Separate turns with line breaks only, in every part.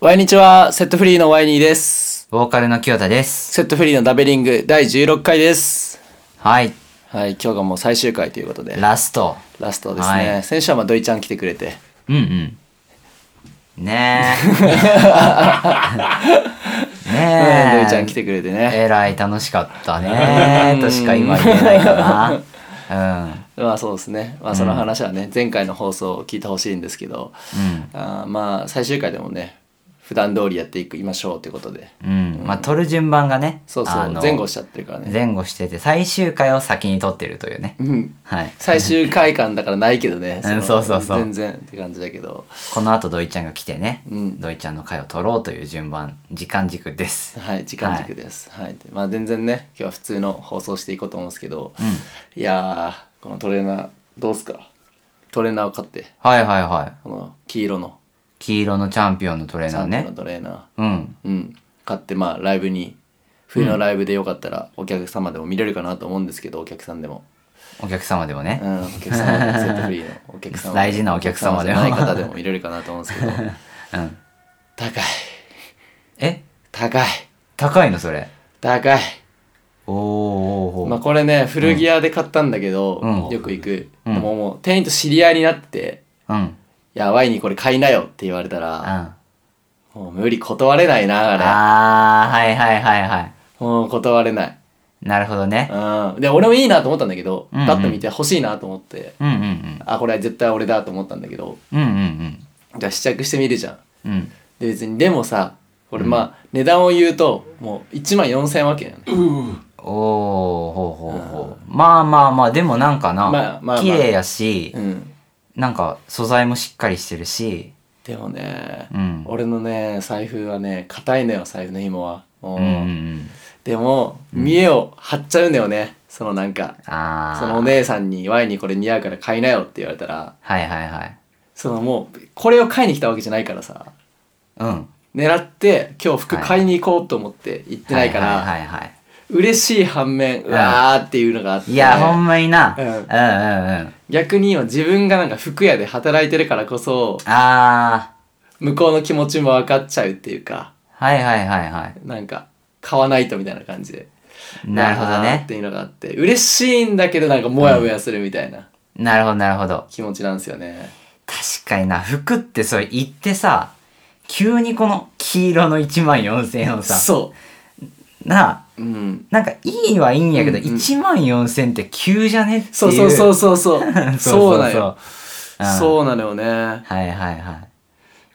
ワイニチは、セットフリーのワイニーです。
ボーカルの清田です。
セットフリーのダベリング第16回です。
はい。
はい、今日がもう最終回ということで、
ラスト。
ラストですね。
は
先週はまあドイちゃん来てくれて、
う んうん。ねえ。ねえ。
ドイちゃん来てくれてね。
えらい楽しかったね。としか今言えないか な。うん。
まあそうですね。まあその話はね、前回の放送を聞いてほしいんですけど、あーまあ最終回でもね、普段通りやっていきましょうということで。
うん。うん。まあ、撮る順番がね。
そうそ
あ
う、
の
前後しちゃってるからね。
前後してて、最終回を先に撮ってるというね。
うん。
はい。
最終回感だからないけどね。
うん
の
そうそうそう
全然って感じだけど。
この後、土井ちゃんが来てね。
うん
土井ちゃんの回を撮ろうという順番、時間軸です。
はい、時間軸です。はい、でまあ、全然ね、今日は普通の放送していこうと思うんですけど。いやー、このトレーナー、どうすか。トレーナーを買って、
はいはいは
こ
い。
の黄色の。
黄色のチャンピオンのトレー
チ
ナ
ャ
ー
ンピオン
ね
の。トレーナ
うん。
ー。うん、買って、まあ、ライブに。冬のライブでよかったら、お客様でも見れるかなと思うんですけど、お客さんでも。
お客様でもね
う、ん、お客様でも、セットフリーの お客様。
大事なお客様
じ
で
ゃ
も
ない方でも見れるかなと思うんですけど。
うん
高い。
え
高い。
高いのそれ
高い。
おーおーおー
まあこれね古着屋で買ったんだけど、
うん
よく行く、
うん
でももう店員と知り合いになってて
うん
「いやワイにこれ買いなよ」って言われたら、
あ
もう無理断れないなあ
あーはいはいはいはい
れもう断れない
なるほどね
うんで俺もいいなと思ったんだけど、
うんうん
パッと見て欲しいなと思って
うんうん
あこれは絶対俺だと思ったんだけど
うんうんうん
じゃあ試着してみるじゃん
うんうん
で別にでもさこれまあ、値段を言うともう1万4000円わけやね、
おおほうほうほうまあまあまあでもなんか
ま
な、
あまあまあ
綺麗やし、
うん、
なんか素材もしっかりしてるし
でもね、
うん
俺のね財布はね硬いのよ財布の紐はもう、
うんうんうん
でも、見栄を張っちゃうんだよねそのなんか
ああ
そのお姉さんに「ワインにこれ似合うから買いなよ」って言われたら
はいはいはい
そのもうこれを買いに来たわけじゃないからさ
うん
狙って今日服
はい
買いに行こうと思って行ってないから、
はいはいはい、は
嬉しい反面うわーっていうのがあって、
い、いや、ほんまにな、
うん
うんうんうんあ
逆に今自分がなんか服屋で働いてるからこそ
あ
向こうの気持ちも分かっちゃうっていうか
ーはいはいはいはい
なんか買わないとみたいな感じで
なるほど
わーっ
ね。
ていうのがあって嬉しいんだけどなんかモヤモヤするみたいな
なるほど、なるほど。
気持ちなんですよね、
確かにな、服ってそれ言ってさ、急にこの黄色の1万4000円をさ、
そ
なあ、
ううん
なんかいいはいいんやけど、
うんうん
1万4000って急じゃねっていう。
そうそうそう
う。
そうそうそうなのよ
うん
そうなのよね
はいはいはい。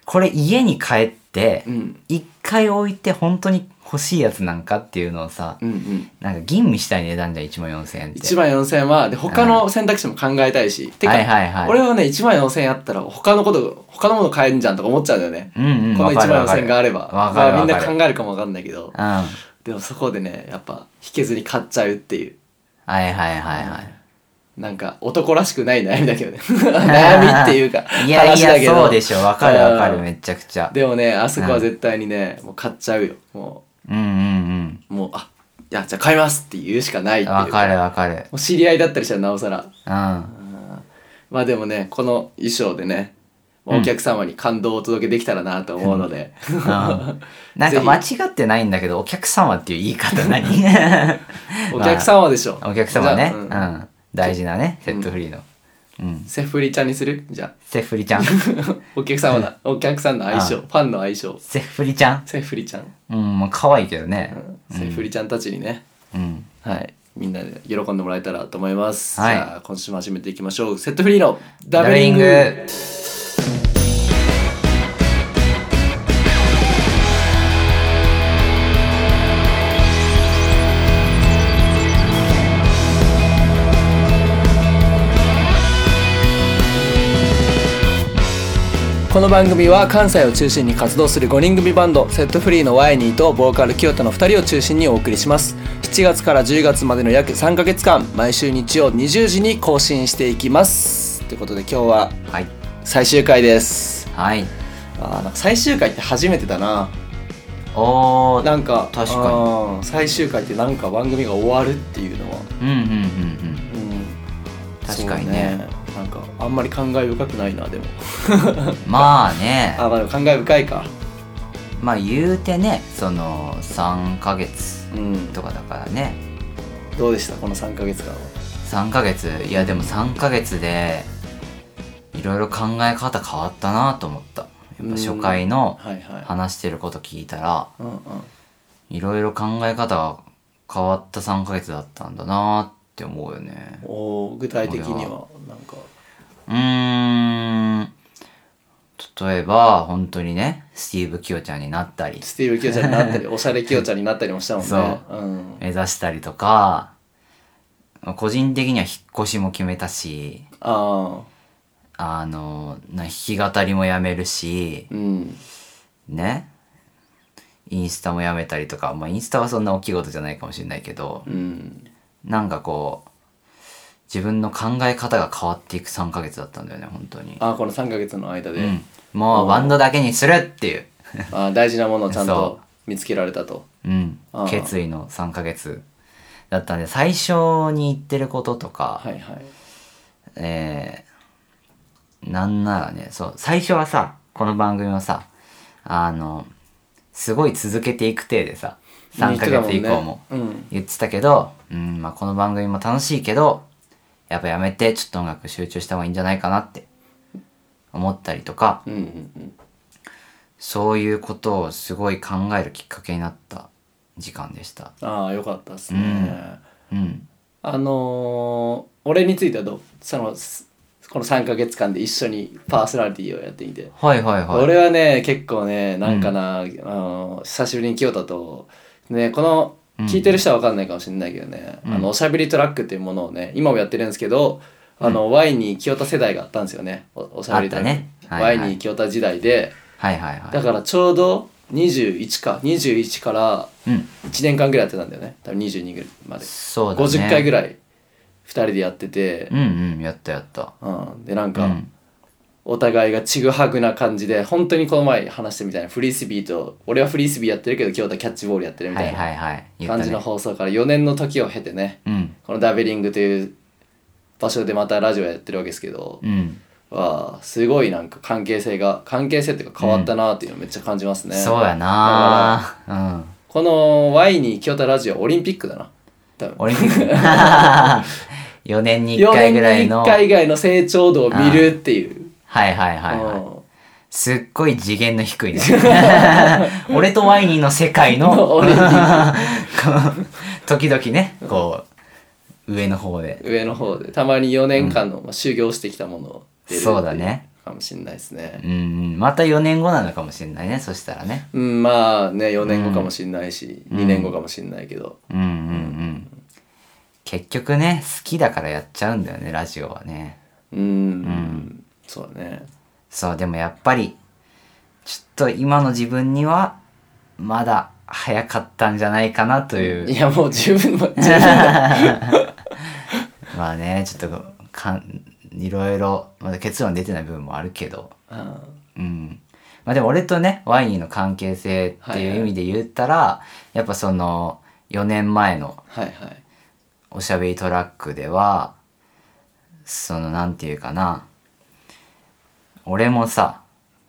これ家に帰って
う、ん
一回置いて本当に欲しいやつなんかっていうのをさ、
うんうん
なんか吟味したい値段じゃん、1万4000円って。
1万4000円はで他の選択肢も考えたいし、てか、
はいはいはい
俺はね1万4000円あったら他のこと他のもの買えんじゃんとか思っちゃうんだよね、
うんうん、
この1
わかる
万
わか
4000円
る
があれば
わかる
まあ、み
わ
ん
か
な
る。
考えるかも分かんないけど
うん。はい
でもそこでねやっぱ引けずに買っちゃうっていう
はいはいはい。
なんか男らしくない悩みだけどね 悩みっていうか
いやい
話だけ
や、
ど
そうでしょ。わかるわかる、
うん
めちゃくちゃ。
でもねあそこは絶対にね、もう買っちゃうよも
うんうん
うもうあいやじゃあ買いますって言うしかないっ
うん。
ていう
わかるわかる。
もう知り合いだったりしたらなおさら
うん。
まあでもねこの衣装でねお客様に感動をお届けできたらなと思うので、
なんか間違ってないんだけど、お客様っていう言い方 何
お客様でしょ、
お客様ね。
じ
う
ゃあうん
ん。大事なね、セットフリーの。うん。
セフリちゃんにするじゃ
セフリちゃん。
あ お客様だお客さんの相性ファンの相性
セフリちゃん。
セフリちゃん、
うん、まあ可愛いけどね。
セフリちゃんたちにね
うん。
はいみんなで喜んでもらえたらと思います、
はい
じゃあ今週も始めていきましょうセットフリーのダブリング
ダブリング
この番組は関西を中心に活動する5人組バンドセットフリーのワイニーとボーカル清田の2人を中心にお送りします7月から10月までの約3ヶ月間毎週日曜20時に更新していきますということで今日は
はい。
最終回です
はい。
あーなんか最終回って初めてだな
おー。
なんか
確かに
に最終回ってなんか番組が終わるっていうのは
うんうんうんうん。
うん
確かにね
そうなんかあんまり感慨深くないなでも
まあね。
あまあでも感慨深いか
まあ言うてねその3ヶ月
うん
とかだからね
どうでしたこの3ヶ月間は
3ヶ月いやでも3ヶ月でいろいろ考え方変わったなと思ったやっぱ初回の
はいは
話してること聞いたら
いうんうん
いろいろ考え方が変わった3ヶ月だったんだなって思うよね
おー具体的にはなんか
うーん例えば本当にねスティーブ・キヨちゃんになったり
スティーブ・キヨちゃんになったりおしゃれキヨちゃんになったりもしたもんね、
そう
ん、
目指したりとか個人的には引っ越しも決めたし
ああ
あのな弾き語りもやめるし
うん
ねインスタもやめたりとかまあインスタはそんな大きいことじゃないかもしれないけど
うん
なんかこう自分の考え方が変わっていく3ヶ月だったんだよね本当に、
ああこの3ヶ月の間で、
うん、もうバンドだけにするっていう、
ああ大事なものをちゃんと
そ
見つけられたと
うん
あー、
決意の3ヶ月だったんで最初に言ってることとか、
はいはい
えーなんならねそう最初はさこの番組はさあのすごい続けていく体でさ3ヶ月以降
言
も
ってたもんね
言ってたけど、うんまあ、この番組も楽しいけどやっぱやめてちょっと音楽集中した方がいいんじゃないかなって思ったりとか
うん、うんうん
そういうことをすごい考えるきっかけになった時間でした。
うん、ああよかったですね、
うんうん、
あのー俺についてはどうそのすこの3ヶ月間で一緒にパーソナリティをやってみて、
はいはいはい。
俺はね結構ねなんかな、あの久しぶりに清田とねこの
うん
聞いてる人は分かんないかもしれないけどね、
うん
あのおしゃべりトラックっていうものをね今もやってるんですけどあの、Y に清田世代があったんですよねおおしゃべりトラック、
あったねはいはい
Y に清田時代で
はいはいはい。
だからちょうど21か21から
うん、
1年間ぐらいやってたんだよね多分22ぐらいまで、
そうだね。
50回ぐ
らい。
らい2人でやってて
う、んうん、やったやった。
うん、でなん
う
か、
ん、
お互いがちぐはぐな感じで本当にこの前話したみたいなフリスビーと俺はフリスビーやってるけど今日はキャッチボールやってるみ
は
た
い
いな
はいはい。言っ
感
た
じの
ね。
放送から4年の時を経てね
うん、
このダベリングという場所でまたラジオやってるわけですけど
うん。
はすごいなんか関係性が関係性っていうか変わったなっていうのをめっちゃ感じますね、
そうやなうん。
この Y に京太ラジオオリンピックだな多分
オ リンピック。4年に1
4
回
年
ぐらい
に
の。
1
は
回
い
以外の成長度を見るっていう、
はいはいはい。
うん
すっごい次元の低いね。俺とワイニーの世界の、
オリンピッ
時々ね、こう、上の方で。
ク上の方でたまに4年間の、まあ、修行してきたものを出るってい
そうだね
かもしれないですね
うんうん、また4年後なのかもしれないね、そしたらね。
うんまあね4年後かもしれないし、2年後かもしれないけど
うんうんうん。結局ね、好きだからやっちゃうんだよね、ラジオはね。
うん、そうだね
そう、でもやっぱり、ちょっと今の自分には、まだ早かったんじゃないかなとい。
いうやもう十分 もう十分
まあね、ちょっとかん、いろいろ、まだ結論出てない部分もあるけど、
あ
うん。まあでも俺とね、ワイニーの関係性っていう意味で言ったら、やっぱその、4年前の
はいはい
おしゃべりトラックでは、その、なんていうかな、俺もさ、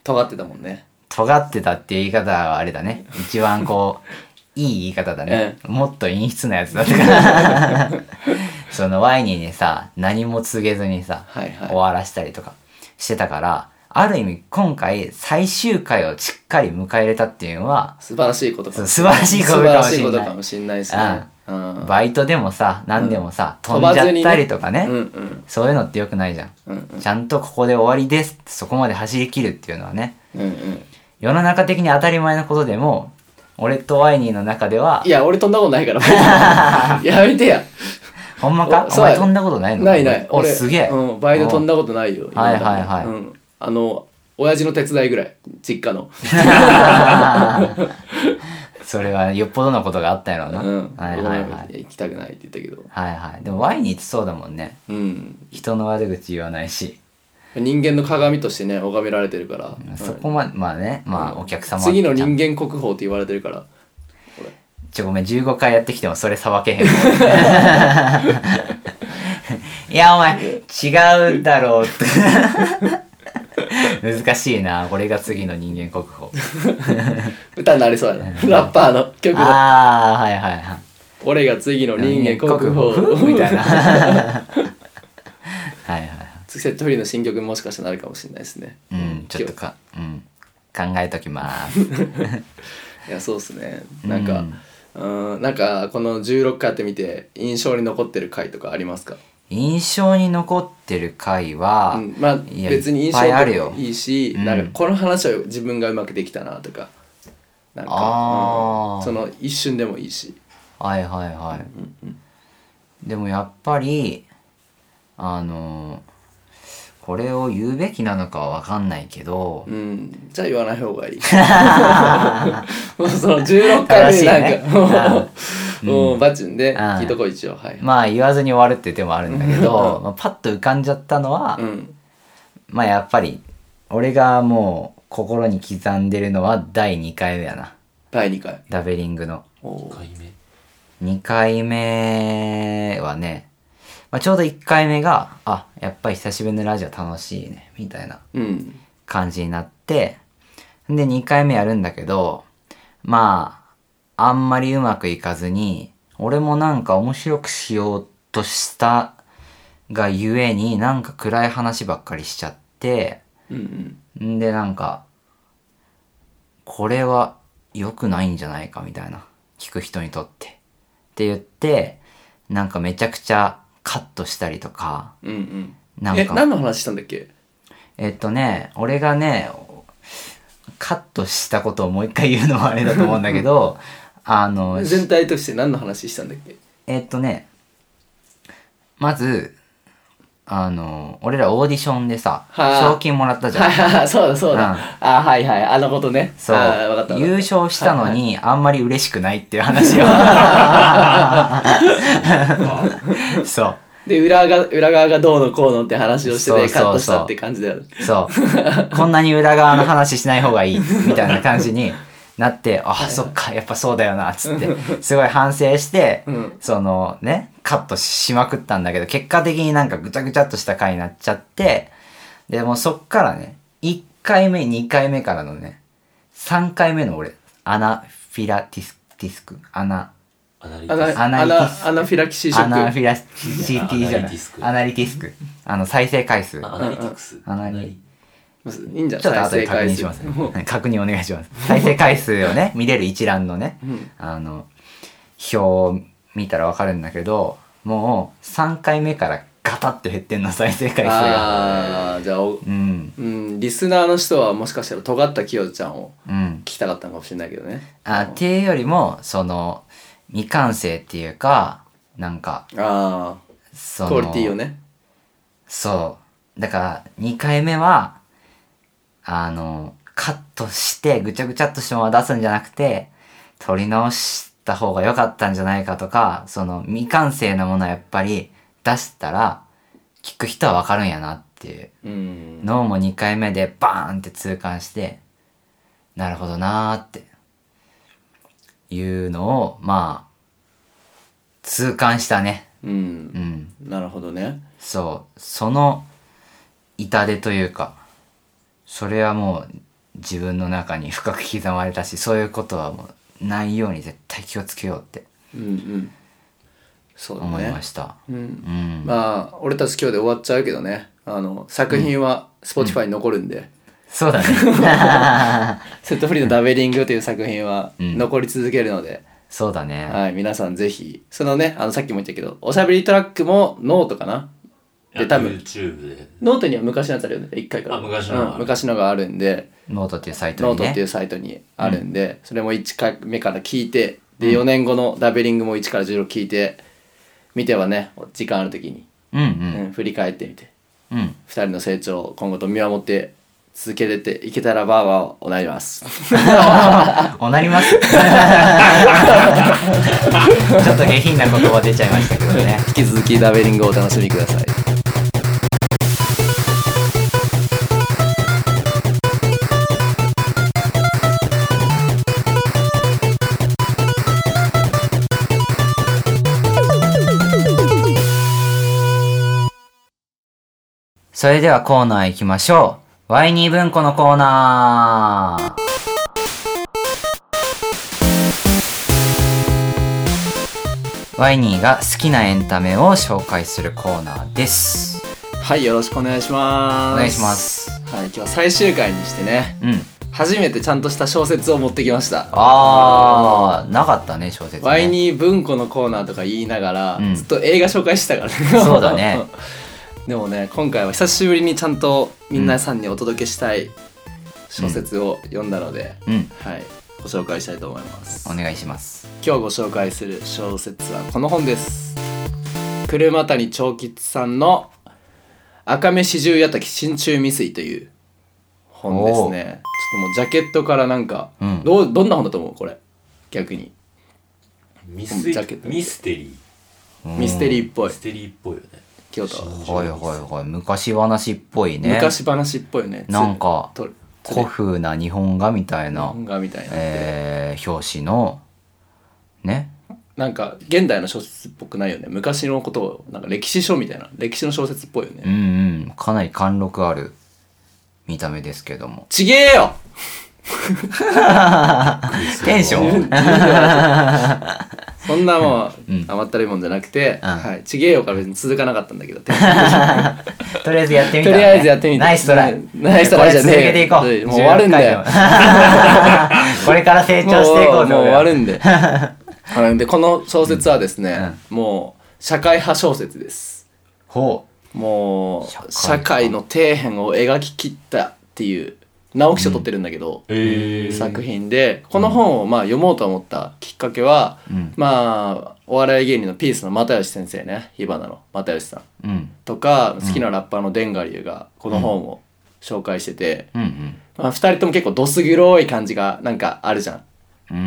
尖ってたもんね
尖ってたっていう言い方はあれだね一番こういい言い方だね、もっと陰湿なやつだったから そのワイニーにさ何も告げずにさ、
はいはい
終わらしたりとかしてたからある意味今回最終回をしっかり迎えれたっていうのは
素晴らしいことか
そう素晴らしいことかもしれない
素晴らしいことかもしれないですねうん
バイトでもさ何でもさ、
うん
飛んじゃったりとかね
うんうん
そういうのってよくないじゃん、
うん
ちゃんとここで終わりですってそこまで走り切るっていうのはね
うんうん
世の中的に当たり前のことでも俺とワイニーの中ではい
や俺飛んだことないから やめてや
ほんまか
お
お
そうや
前飛んだことないの
ないない
おすげえ、
うん、バイト飛んだことないよ
はいはいはい
うん、あの親父の手伝いぐらい実家の
おそれはよっぽどのことがあったやろうな、
うん
はいはいはい
いや行きたくないって言ったけど
はいはいでもワイニーってそうだもんね
うん
人の悪口言わないし、
人間の鏡としてね拝められてるから、
そこまでまあねまあお客様
次の人
ちゃん
間国宝って言われてるから
ちょごめん15回やってきてもそれさばけ へんいやお前違うだろうって 難しいなこれが次の人間国宝
歌になりそうだねラッパーの曲の
ああはいはいはい
「俺が次の人間国宝」
みたいなはいはいはい
セットフリーの新曲にもしかしたらなるかもしれないですね
うんちょっとか、うん、考えときます
いやそうですねなんかうんなんかこの16回やってみて印象に残ってる回とかありますか
印象に残ってる回は、
うん、まあ
いや
別に印
いっぱいあ
象
る
で
よ
もいいし、
うん
なんかこの話は自分がうまくできたなとかなんか
あー
うんその一瞬でもいいし
はいはいはい、でもやっぱりあのこれを言うべきなのかは分かんないけど、
うんじゃあ言わない方が いい もうその16回
正し
目
い
なんか、
ね
もうバチンで
ん
聞いとこう一応はい、
まあ言わずに終わるって手もあるんだけど、まあ、パッと浮かんじゃったのは、
うん
まあやっぱり俺がもう心に刻んでるのは第2回目やな
第2回
ラベリングの
おー
回目
2回目はね、まあ、ちょうど1回目があやっぱり久しぶりのラジオ楽しいねみたいな
うん
感じになってで2回目やるんだけどまああんまりうまくいかずに俺もなんか面白くしようとしたがゆえになんか暗い話ばっかりしちゃって
うんうん
んでなんかこれは良くないんじゃないかみたいな聞く人にとってって言ってなんかめちゃくちゃカットしたりとか
うんうん
なんか
え何の話したんだっけ
えっとね、俺がね、カットしたことをもう一回言うのはあれだと思うんだ けど、あの、
全体として何の話したんだっけ
えっとね、まず、あの、俺らオーディションでさ、
はい
賞金もらったじゃ
は
ん。
いはいはい そうだそうだ、
うん
あはいはいあのことね
そう
あ分かった分
優
かっ
勝したのに、あんまり嬉しくないっていう話 を。そう。
たで裏が裏側がどうのこうのって話をして
そうそう
て
そう
カットしたって感じだよね
そう。こんなに裏側の話しない方がいい、みたいな感じになって、あ、そっか、やっぱそうだよな、 つって、すごい反省して、
ん
そのね、カットしまくったんだけど、結果的になんかぐちゃぐちゃっとした回になっちゃって、でもうそっからね、1回目、2回目からのね、3回目の俺、アナフィラティスティスク、アナ、
アナリテ
ア
ィス
ナア
アナリティス
ナアナフィラキシーショ
アナ
ッ
フ
ク
ィラシティじゃ
ア
な
ナリ
い
ティス、ク
アナリティスク、あの、再生回数。
アナリティクス
アナリ
いいんじゃん
ちょっと後で確認
回
し
数
ます、
もう
ね。確認お願いします。再生回数をね、見れる一覧のね、
ん
あの、表を見たらわかるんだけど、もう3回目からガタって減ってんの、再生回数が。
ああじゃあお
うん。
うんリスナーの人はもしかしたら尖ったきよちゃんを
うん
聞。きたかったのかもしれないけどね
あっていうよりも、その、未完成っていうか、なんか、
あ
そ
あクオ
の、
リティをね
そう。だから、2回目は、あの、カットして、ぐちゃぐちゃっとしたまま出すんじゃなくて、撮り直した方が良かったんじゃないかとか、その、未完成なものはやっぱり出したら、聞く人はわかるんやなっていう
うん
のも2回目でバーンって痛感して、なるほどなーって、いうのを、まあ、痛感したね。
うん
うん。
なるほどね
そうその痛手というかそれはもう自分の中に深く刻まれたしそういうことはもうないように絶対気をつけようって
うんうんそうだね
思いました、
うん
うん
まあ俺たち今日で終わっちゃうけどねあの作品は Spotify に残るんで、
そ うだね
セットフリーの「ダベリング」という作品は
うん
残り続けるので、
そうだね、
はい、皆さんぜひそのねあのさっきも言ったけどおしゃべりトラックもノートかなで多分
YouTube で
ノートには昔のやつあるよね1回から
あ昔のがある
うん昔のがあるんで
ノートっていうサイト
ノート
に
ってい
ね
うサイトにあるんで、それも1回目から聞いてで4年後のダベリングも1から16聞いて見てはね時間ある時に、
うんう
うんん振り返ってみて
うん
2人の成長を今後と見守って続けてていけたらばーはおなります。
おなりま すちょっと下品な言葉出ちゃいましたけどね
引き続きダベリングをお楽しみください。
それではコーナー行きましょう。ワイニー文庫のコーナーワイニーが好きなエンタメを紹介するコーナーです。
はいよろしくお願いします
お願いします
はい今日は最終回にしてね
うん。
初めてちゃんとした小説を持ってきました
あー、なかったね、小説、ね。
ワイニー文庫のコーナーとか言いながら、
うん
ずっと映画紹介してたからね
そうだね
でもね今回は久しぶりにちゃんと皆さんにお届けしたい小説を読んだので、
うん。
はいご紹介したいと思います
お願いします。
今日ご紹介する小説はこの本です車谷長吉さんの「赤目四十夜滝真鍮未遂」という本ですねちょっともうジャケットからなんか、
うん
どうどんな本だと思うこれ逆に
ミ
スジャケット
ミステリ
ミステリーっぽ
ー
い
ミステリーっぽいよね
京都は
はいはいはい。昔話っぽいね。
昔話っぽいねつ
なんか
とつ
古風な日本画みたいな、
漫画みたいな、
えー、表紙の、ね。
なんか現代の小説っぽくないよね昔のことをなんか歴史書みたいな歴史の小説っぽいよね、
うんうん。かなり貫禄ある見た目ですけども。
ちげえよ
テンショ ン
そんなもう、甘ったるいもんじゃなくて、
うん
はい、ちげえよから別に続かなかったんだ けど、とり
とりあえずやってみた、ね。
あえずやってみて
ナイストライ。
ナイストライじゃねえ
これ続けていこう。
もう終わるんだよ
14回でも これから成長していこう
もうもう終わる
ん
んで あのでこの小説はですね、もう社会派小説です
ほ
も
社会
う
派
社会の底辺を描き切ったっていう直木賞取ってるんだけど、
えー、
作品でこの本をまあ読もうと思ったきっかけは、
うん
まあお笑い芸人のピースの又吉先生ね火花の又吉さん
う。うん。
とか好きなラッパーのデンガリュウがこの本を紹介してて、
うんうん。
まあ、2人とも結構どす黒い感じがなんかあるじゃん、
うんう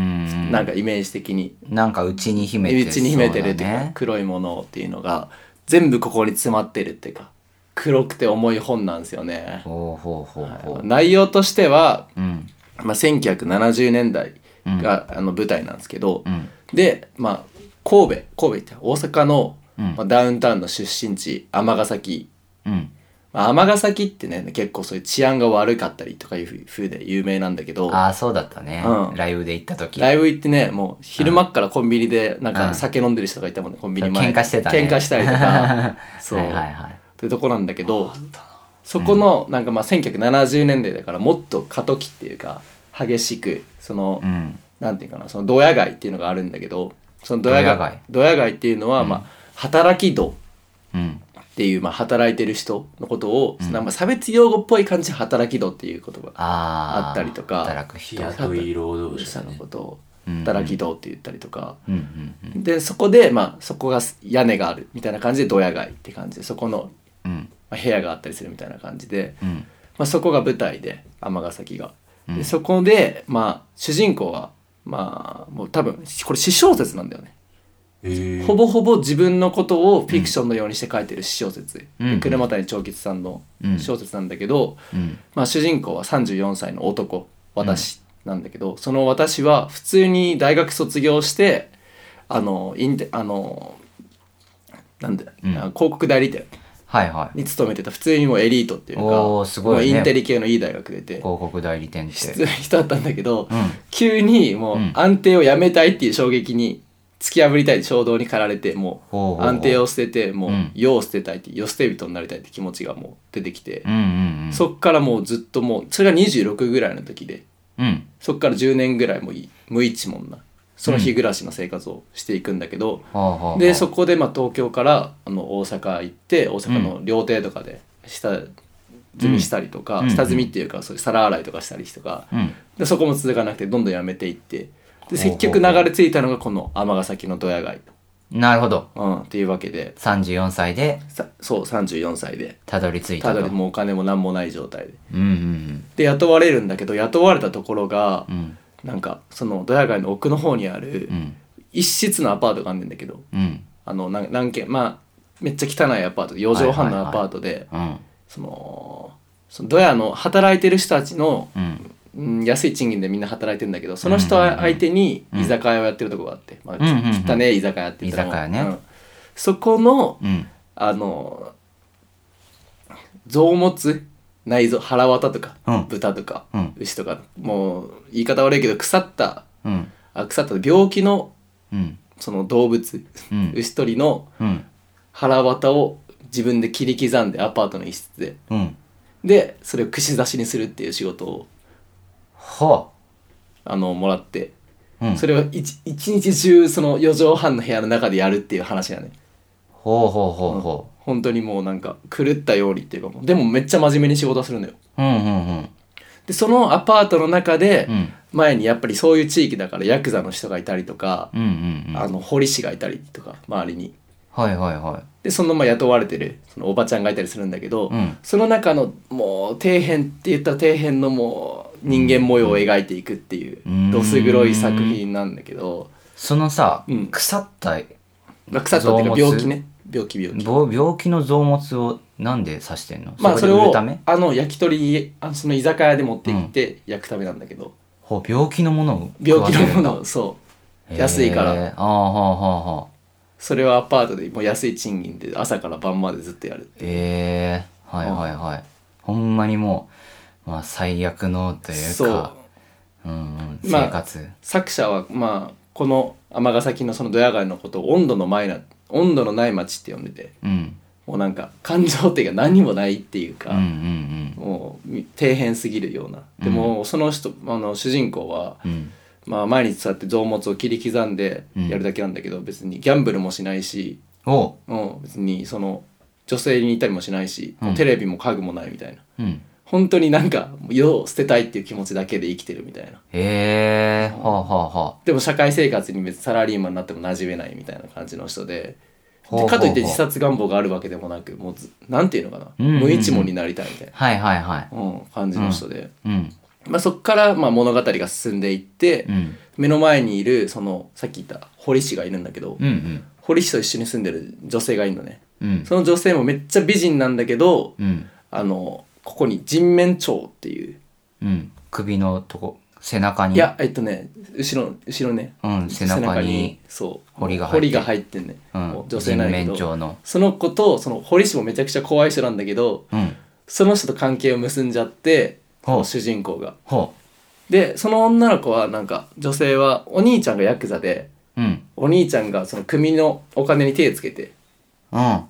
ん、
なんかイメージ的に
なんかうちに秘めて
内に秘めてるっていうか
ね。
黒いものっていうのが全部ここに詰まってるっていうか黒くて重い本なんですよね、
ほうほうほうほう。
内容としては、
うん
まあ、1970年代が、あの舞台なんですけど、
うん
で、まあ、神戸神戸って大阪の、
うん
まあ、ダウンタウンの出身地尼崎
うん
まあ尼崎ってね結構そういう治安が悪かったりとかいうふ風で有名なんだけど
ああそうだったね、
うん
ライブで行った時
ライブ行ってねもう昼間っからコンビニでなん
うん
か酒飲んでる人がいたもんねコンビニ前
喧嘩してたね
喧嘩したりとかそう、
はいはいはい
ってとこなんだけどそこのなんかまあ1970年代だからもっと過渡期っていうか激しくその、
うん
なんていうかなそのドヤ街っていうのがあるんだけどそのドヤ街
ドヤ街
ドヤ街っていうのはまあ、働き度
うん
っていう、まあ、働いてる人のことを、なんか差別用語っぽい感じで働き度っていう言葉
ああ
あったりとか
働く人
日雇い労働者
者の
ね
ことを
うん
働き道って言ったりとか、
うんうんうん
でそこでまあそこが屋根があるみたいな感じでドヤ街って感じでそこの、
うん
まあ、部屋があったりするみたいな感じで、
うん
まあ、そこが舞台で尼崎が。でそこでまあ主人公はまあもう多分これ私小説なんだよね。
えー、
ほぼほぼ自分のことをフィクションのようにして書いてる小説、
うん
で車谷長吉さんの小説なんだけど、
うん
まあ、主人公は34歳の男私なんだけど、その私は普通に大学卒業してあのインテあのなんで、
うん
あ広告代理店
はいはい
に勤めてた普通にもうエリートっていうか
おーすごいね
もうインテリ系のいい大学出て
広告代理店っ
普通
て
の人だったんだけど、
うん
急にもう
うん
安定をやめたいっていう衝撃に突き破りたい衝動に駆られても
ほうほう
う
ほう
安定を捨ててもう
うん
世を捨てたいって世捨て人になりたいって気持ちがもう出てきて、
うんうんうん
そっからもうずっともうそれが26ぐらいの時で
うん
そっから10年ぐらいもうい無一文なその日暮らしの生活をしていくんだけど、
ほうほう
でそこでまあ東京からあの大阪行って大阪の料亭とかで下積みしたりとか、
うん
下積みっていうかそういう皿洗いとかしたりとか、
うん
でそこも続かなくてどんどんやめていってで
ほうほ
結
う
局流れ着いたのがこの尼崎のドヤ街、
なるほど
うん、っていうわけで
34歳で
さそう34歳で
たどり着いた
た
と
だでもうお金も何もない状態で
うんうん
で雇われるんだけど雇われたところが
う、ん
なんかそのドヤ街の奥の方にある
うん
一室のアパートがあんねんだけど
うん
あのなん何軒まあめっちゃ汚いアパート4畳半のアパートで、
うん
そのそのドヤの働いてる人たちの、
うん
うん、安い賃金でみんな働いてんだけどその人相手に
うん
居酒屋をやってるとこがあって、まあ
うんうんうん
汚ねえ居酒屋って言ったらもう
居酒屋ね
うんそこの
うん
あの臓物内臓腹綿とか、
うん
豚とか、
うん
牛とかもう言い方悪いけど腐った
うん。
あ腐った病気の
うん。
その動物、
うん
牛取りの
うん。
腹綿を自分で切り刻んでアパートの一室で
うん。
でそれを串刺しにするっていう仕事を
は
あのもらって、
あ。うん。
それを一一日中その4畳半の部屋の中でやるっていう話がね
ほうほうほうほ
本当にもうなんか狂ったようにっていうかもうでもめっちゃ真面目に仕事はするのよ
う。うんうんうん。
でそのアパートの中で
うん。
前にやっぱりそういう地域だからヤクザの人がいたりとか、
うんうんうん。
あの堀師がいたりとか周りに
はいはいはい。
でそのまあ雇われてるそのおばちゃんがいたりするんだけど、
うん
その中のもう底辺って言ったら底辺のもう人間模様を描いていくっていう
うん
どす黒い作品なんだけど、
そのさ、
うん
腐った
まあ、腐ったっていうか
臓物
病気ね病気病気
ぼ病気の臓物をなんで刺してんの
まあそれ
で売
を
るため
あの焼き鳥にあその居酒屋で持って行って焼くためなんだけど、
ほう病気のものを
病気のもの
食わ
をそう
せる
安いから、
へーああはあはあはあ
それはアパートでもう安い賃金で朝から晩までずっとやる
ええはいはいはいほんまにもう、まあ、最悪のという
そう
かうんうん、
まあ
生活、
作者はまあこの尼崎のそのドヤ街のことを温度の前な温度のない町って呼んでて
うん
もうなんか感情っていうか何もないっていう
う
か、
んうん
もうみ底辺すぎるようなでもその人あの主人公は、
うんうん
まあ、毎日そうやって臓物を切り刻んで
うん
やるだけなんだけど、別にギャンブルもしないし、
お
う
う
ん、別にその女性にいたりもしないし、
うん
テレビも家具もないみたいな
うん
本当になんか世を捨てたいっていう気持ちだけで生きてるみたいな
ええはあはあは
でも社会生活に別にサラリーマンになっても馴染めないみたいな感じの人で
ほ
で
うほうほう
かといって自殺願望があるわけでもなくもうずなんていうのかな、
うんうんうん
無一文になりたいみたい
あはいはいはい
な、うん、感じの人で、
うん
まあ、そこからまあ物語が進んでいって、
うん
目の前にいるそのさっき言った堀氏がいるんだけど、
うんうん
堀氏と一緒に住んでる女性がいるのね
うん
その女性もめっちゃ美人なんだけど
うん
あのここに人面鳥っていう
うん首のとこ背中に
いやえっとね後ろ後ろね
うん背中に
そう
堀が入って
堀が入ってんね、
うん
女性なんやけ
人面
ど
鳥の
その子とその堀氏もめちゃくちゃ怖い人なんだけど
うん
その人と関係を結んじゃって
ほう
主人公が
ほ
でその女の子はなんか女性はお兄ちゃんがヤクザで
ううん
お兄ちゃんがその組のお金に手つけて
うん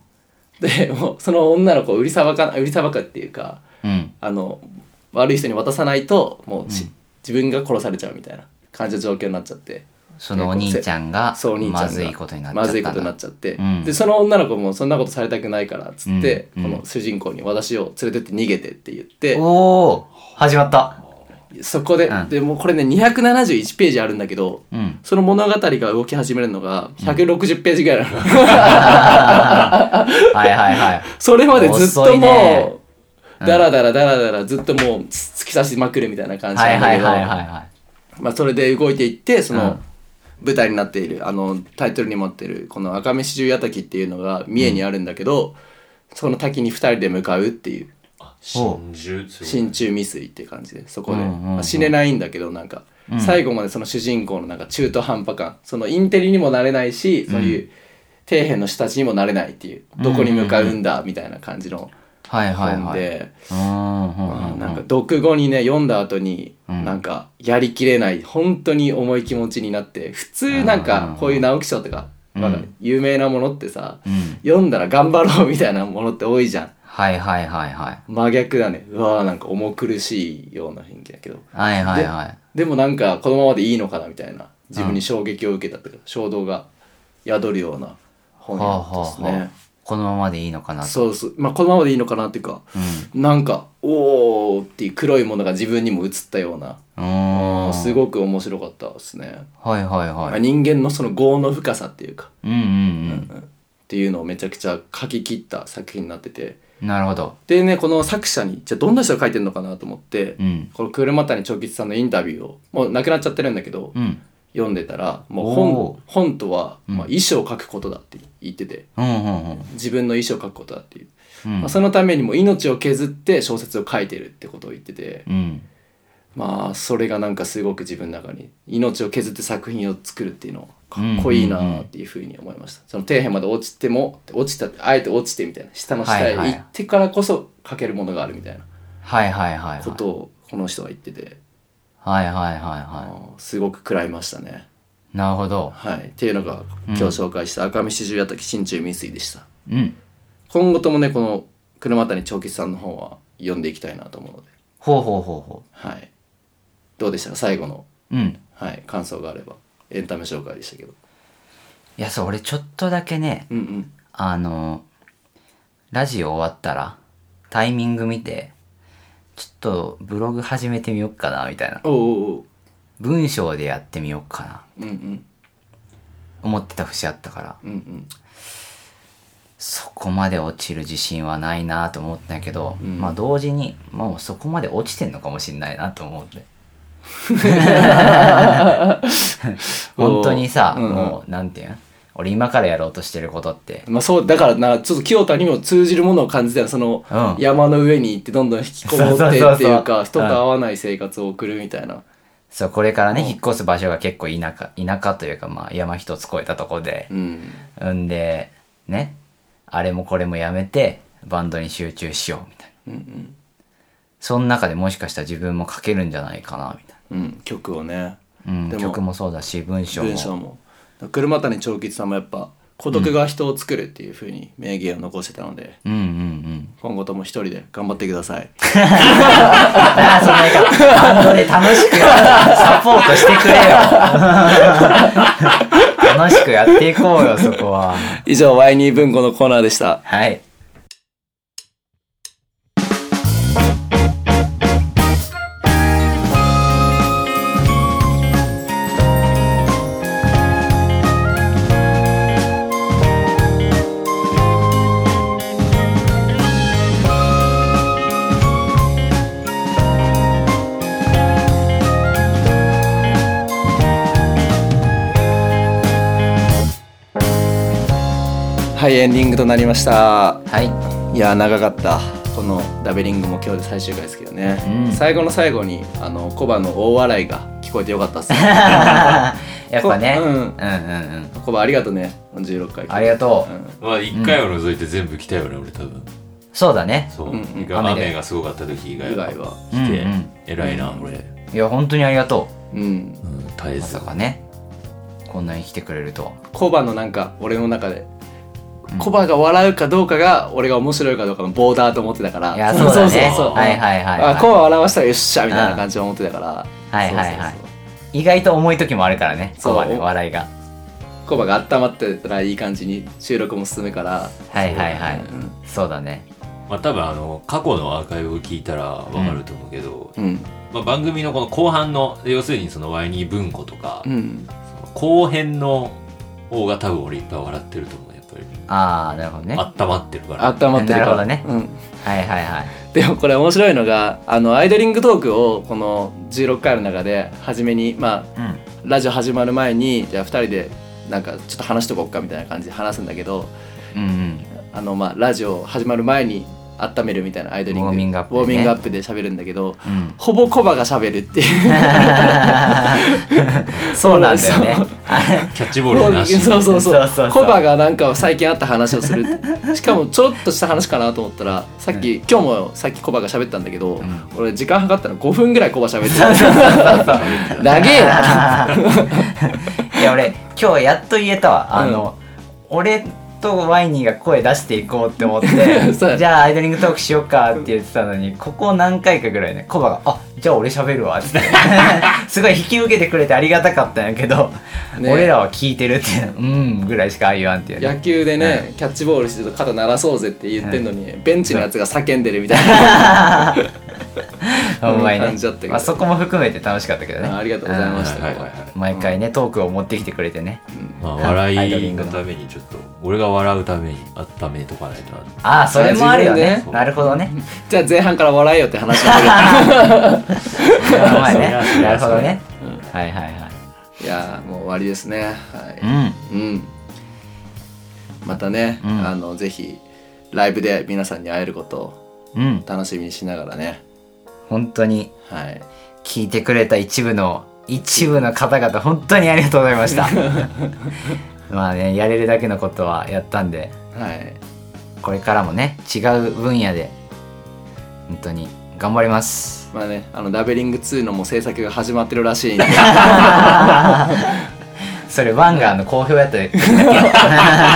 でもうその女の子を売りさばかな売りさばくっていうか
うん
あの悪い人に渡さないともうし、自分が殺されちゃうみたいな感じの状況になっちゃって
そのお兄ちゃんが
そうお兄ちゃんが
まずいことになっちゃった
まずいことになっ
ち
ちゃって、
うん
でその女の子もそんなことされたくないからっつって、
うんうん
この主人公に私を連れてって逃げてって言って、
おお始まった
そこで、
うん
でもうこれね271ページあるんだけど
うん
その物語が動き始めるのが160ページぐらいなの、
はいはいはい
それまでずっ
遅
と
いね
もう、だらだらだらだらずっともう突き刺しまくるみたいな感じ
は
なん
い
だ
は
け
い
ど、
はいはいはい
まあ、それで動いていってそ
うん
の舞台になっているあのタイトルにもなっているこの赤飯十矢滝っていうのが三重にあるんだけど、その滝に2人で向かうっていう
あ真珠すご
真
い
中未遂って感じでそこで、
うんうんうん
まあ死ねないんだけどなんか、最後までその主人公のなんか中途半端感そのインテリにもなれないしそういう底辺の人たちにもなれないっていう、どこに向かうんだみたいな感じの
はいはい
本
は
で。
いうんうんうん
なんか読後にね読んだ後に、
うん
なんかやりきれない本当に重い気持ちになって普通なん
うん
かこういう直木賞とか、
うん
まあ有名なものってさ、
うん
読んだら頑張ろうみたいなものって多いじゃん
はいはいはいはい
真逆だねうわーなんか重苦しいような雰囲気だけど
はいはいはい
でもなんかこのままでいいのかなみたいな自分に衝撃を受けたというか衝動が宿るような本
はあ
だったで
は
す
あ
ね、
はあこのままでいいのかなと
そうそうまあこのままでいいのかなっていうか
うん
なんかおーっていう黒いものが自分にも映ったような
うーん
すごく面白かったですね、
はいはい
ま
は
あ、
い
人間のその業の深さっていうか、
うんうん
うんっていうのをめちゃくちゃ書き切った作品になってて
うんなるほど
でねこの作者にじゃあどんな人が書いてるのかなと思って、
うん
この車谷長吉さんのインタビューをもう亡くなっちゃってるんだけど、
うん
読んでたらもう
おー
本本とは、
うん
まあ、遺書を書くことだって言ってて
うんうんうん
自分の遺書を書くことだっていう、
うん
まあ、そのためにも命を削って小説を書いてるってことを言ってて。
うん
まあそれがなんかすごく自分の中に命を削って作品を作るっていうのかっこいいなっていうふうに思いました、その底辺まで落ちても落ちたあえて落ちてみたいな下の下へ
はいはい
行ってからこそ書けるものがあるみたいな、
はいはいはいはい。
ことをこの人が言ってて、
はいはいはい
あ
は
のすごく食らいましたね。
い。なるほど。
はい、っていうのが今日紹介した赤飯十夜滝心中未遂でした、
うん。
今後ともねこの車谷長吉さんの方は読んでいきたいなと思うので、
ほうほうほうほ
はい、どうでしたか最後の、
う。うん。
はい、感想があればエンタメ紹介でしたけど
いや、そう、俺ちょっとだけね、
うんうん
あの、ラジオ終わったら、タイミング見て、ちょっとブログ始めてみよっかな、みたいな。
おうおうおう
文章でやってみようかな、
うんうん
思ってた節あったから、
うんうん
そこまで落ちる自信はないなと思ったんやけど、
うん
まあ同時に、もうそこまで落ちてんのかもしんないなと 思って。本当にさ、
うんうん
もう、なんていうん俺今からやろうとしてることって、
まあそうだからなちょっと清田にも通じるものを感じたよその、
うん
山の上に行ってどんどん引きこもってっていう
そう
か
そうそうそう
人と会わない生活を送るみたいな、
そう、これからね、引っ越す場所が結構田舎、田舎というか、まあ山一つ越えたとこで
う、ん、
んで、ね、あれもこれもやめて、バンドに集中しよう、みたいな。
うんうん
その中でもしかしたら自分も書けるんじゃないかな、みたい
うん曲をね
な。
で
うん、
も
曲もそうだし、文章も。
文章も車谷長吉さんもやっぱ孤独が人を作るっていうふうに名言を残してたので
うんうんうん。
今後とも一人で頑張ってください
ああ、そのなんか、バンドで楽しくサポートしてくれよ。 楽しくやっていこうよ、そこは。
以上ワイニー文庫のコーナーでした
はい。
はいエンディングとなりました
はい。
いやー長かったこのダベリングも今日で最終回ですけどね、
うん
最後の最後にあのコバの大笑いが聞こえてよかったっす
やっぱね。
こ
う
うんん
うんうん。
コバありがとうね16回
ありがとう。
ん
まあ一回を除いて全部来たよね、俺多分。
そうだね。
そう。
うんうん
が
雨で
雨がすごかった時以
以
外は
外は
来て、
うんうん
偉いな、俺。
いや、本当にありがと
うん
うん、絶え
う。ま
ず
さ。かね。こんなに来てくれるとは。
コバのなんか俺の中で、
うん
コバが笑うかどうかが俺が面白いかどうかのボーダーと思ってたから
いや、そうだね。
そうそう
はいはいはい、
あコ
は
バ笑わしたらよっしゃみたいな感じで思ってたから、
い。はいはい
そう
は
そうそう
い。意外と重い時もあるからね。
そ
そううだね、笑いが。
コバが温まってたらいい感じに収録も進むから
はいはいはい。
うん
そうだね。
まあ多分あの、過去のアーカイブを聞いたらわかると思うけど、
うん
まあ番組のこの後半の、要するにそのワイニー文庫とか、
うん
その後編の方が多分俺いっぱい笑ってると思う、やっぱり。
ああ、なるほどね。
あったまってるから。
温まってるから
なるほどね
うん、
はいはいはい。
でもこれ面白いのがあのアイドリングトークをこの16回の中で初めにまあ
うん。
ラジオ始まる前にじゃあ2人でなんかちょっと話しとこうかみたいな感じで話すんだけど
うん
あのまあラジオ始まる前に温めるみたいなアイドリング
ウォーミングアップでね
ウォーミングアップで喋るんだけど
うん。うん。
ほぼコバが喋るっていう
そうなんだよね
そう。
キャッチボールなし。
そうそうそう
そうそうそう
コバがなんか最近あった話をす るしかもちょろっとした話かなと思ったらさっき、今日もさっきコバが喋ったんだけど、
ん
俺時間計ったら5分ぐらいコバ喋 ってた長えな
いや、俺、今日やっと言えたわ。あの、俺とワイニーが声出していこうって思っ
そうだ
て、じゃあアイドリングトークしようかって言ってたのに、ここ何回かぐらいね、コバが、あじゃあ俺喋るわって。 すごい引き受けてくれてありがたかったんやけど、
ね
俺らは聞いてるって、うんぐらいしか言わんっていうね。
野球でね、
は
キャッチボールしてると肩鳴らそうぜって言ってんのに、ベンチのやつが叫んでるみたいな、
ほんまに
感じだったけ
ね。
ど
まあそこも含めて楽しかったけどね。
ありがとうございました、
はいはいはい
コバ
うん毎回ね、トークを持ってきてくれてね。
まあ、
アイドリ
笑い
ング
の
の
ためにちょっと俺が笑うために温めとかないとな
ああ、それもあるよ
あ自
ね
分。
で
なるほどね。
じゃあ前半から笑えよって話をす
お前ね
そ。りゃ
なるほどね
そりゃ。
はいはいはい。
るいやーもう終わりですねはい、
うん。
うん、またね、
うん
あのぜひライブで皆さんに会えることを
うん。
楽しみにしながらね、
本当に
はい、
聞いてくれた一部の、一部の方々、本当にありがとうございま した。まあね、やれるだけのことはやったんで、
はい、
これからもね、違う分野で、本当に頑張ります
まあねあのダベリング2のもう制作が始まってるらしいんで
それワンガーの好評や った時だ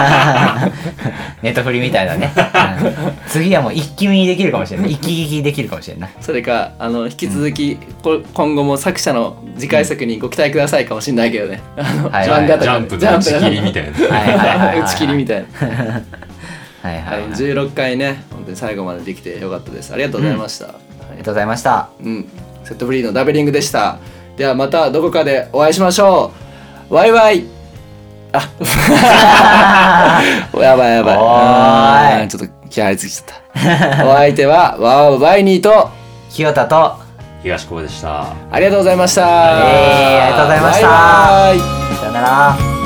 けネットフリみたいだね、うん次はもう一気見にできるかもしれない一気聞きできるかもしれない
それかあの引き続き、こ今後も作者の次回作にご期待くださいかもしれないけどね、あの
はい
ジャンガと
ジ
か
ャンプの打ち切りみたいな。
は いはいはいはい
打ち切りみたいな、
はいはい、はい、あり
16回ね本当に最後までできてよかったですありがとうございました、はい
がとうございました
うん、セットフリーのダベリングでしたではまたどこかでお会いしましょうワイワイあ やばいやばい
おーい
あーちょっと気張りすぎちゃったお相手はワオワイニーと
清田と
東高でした。
ありがとうございました、
えーありがとうございました
バイバイ
さよなら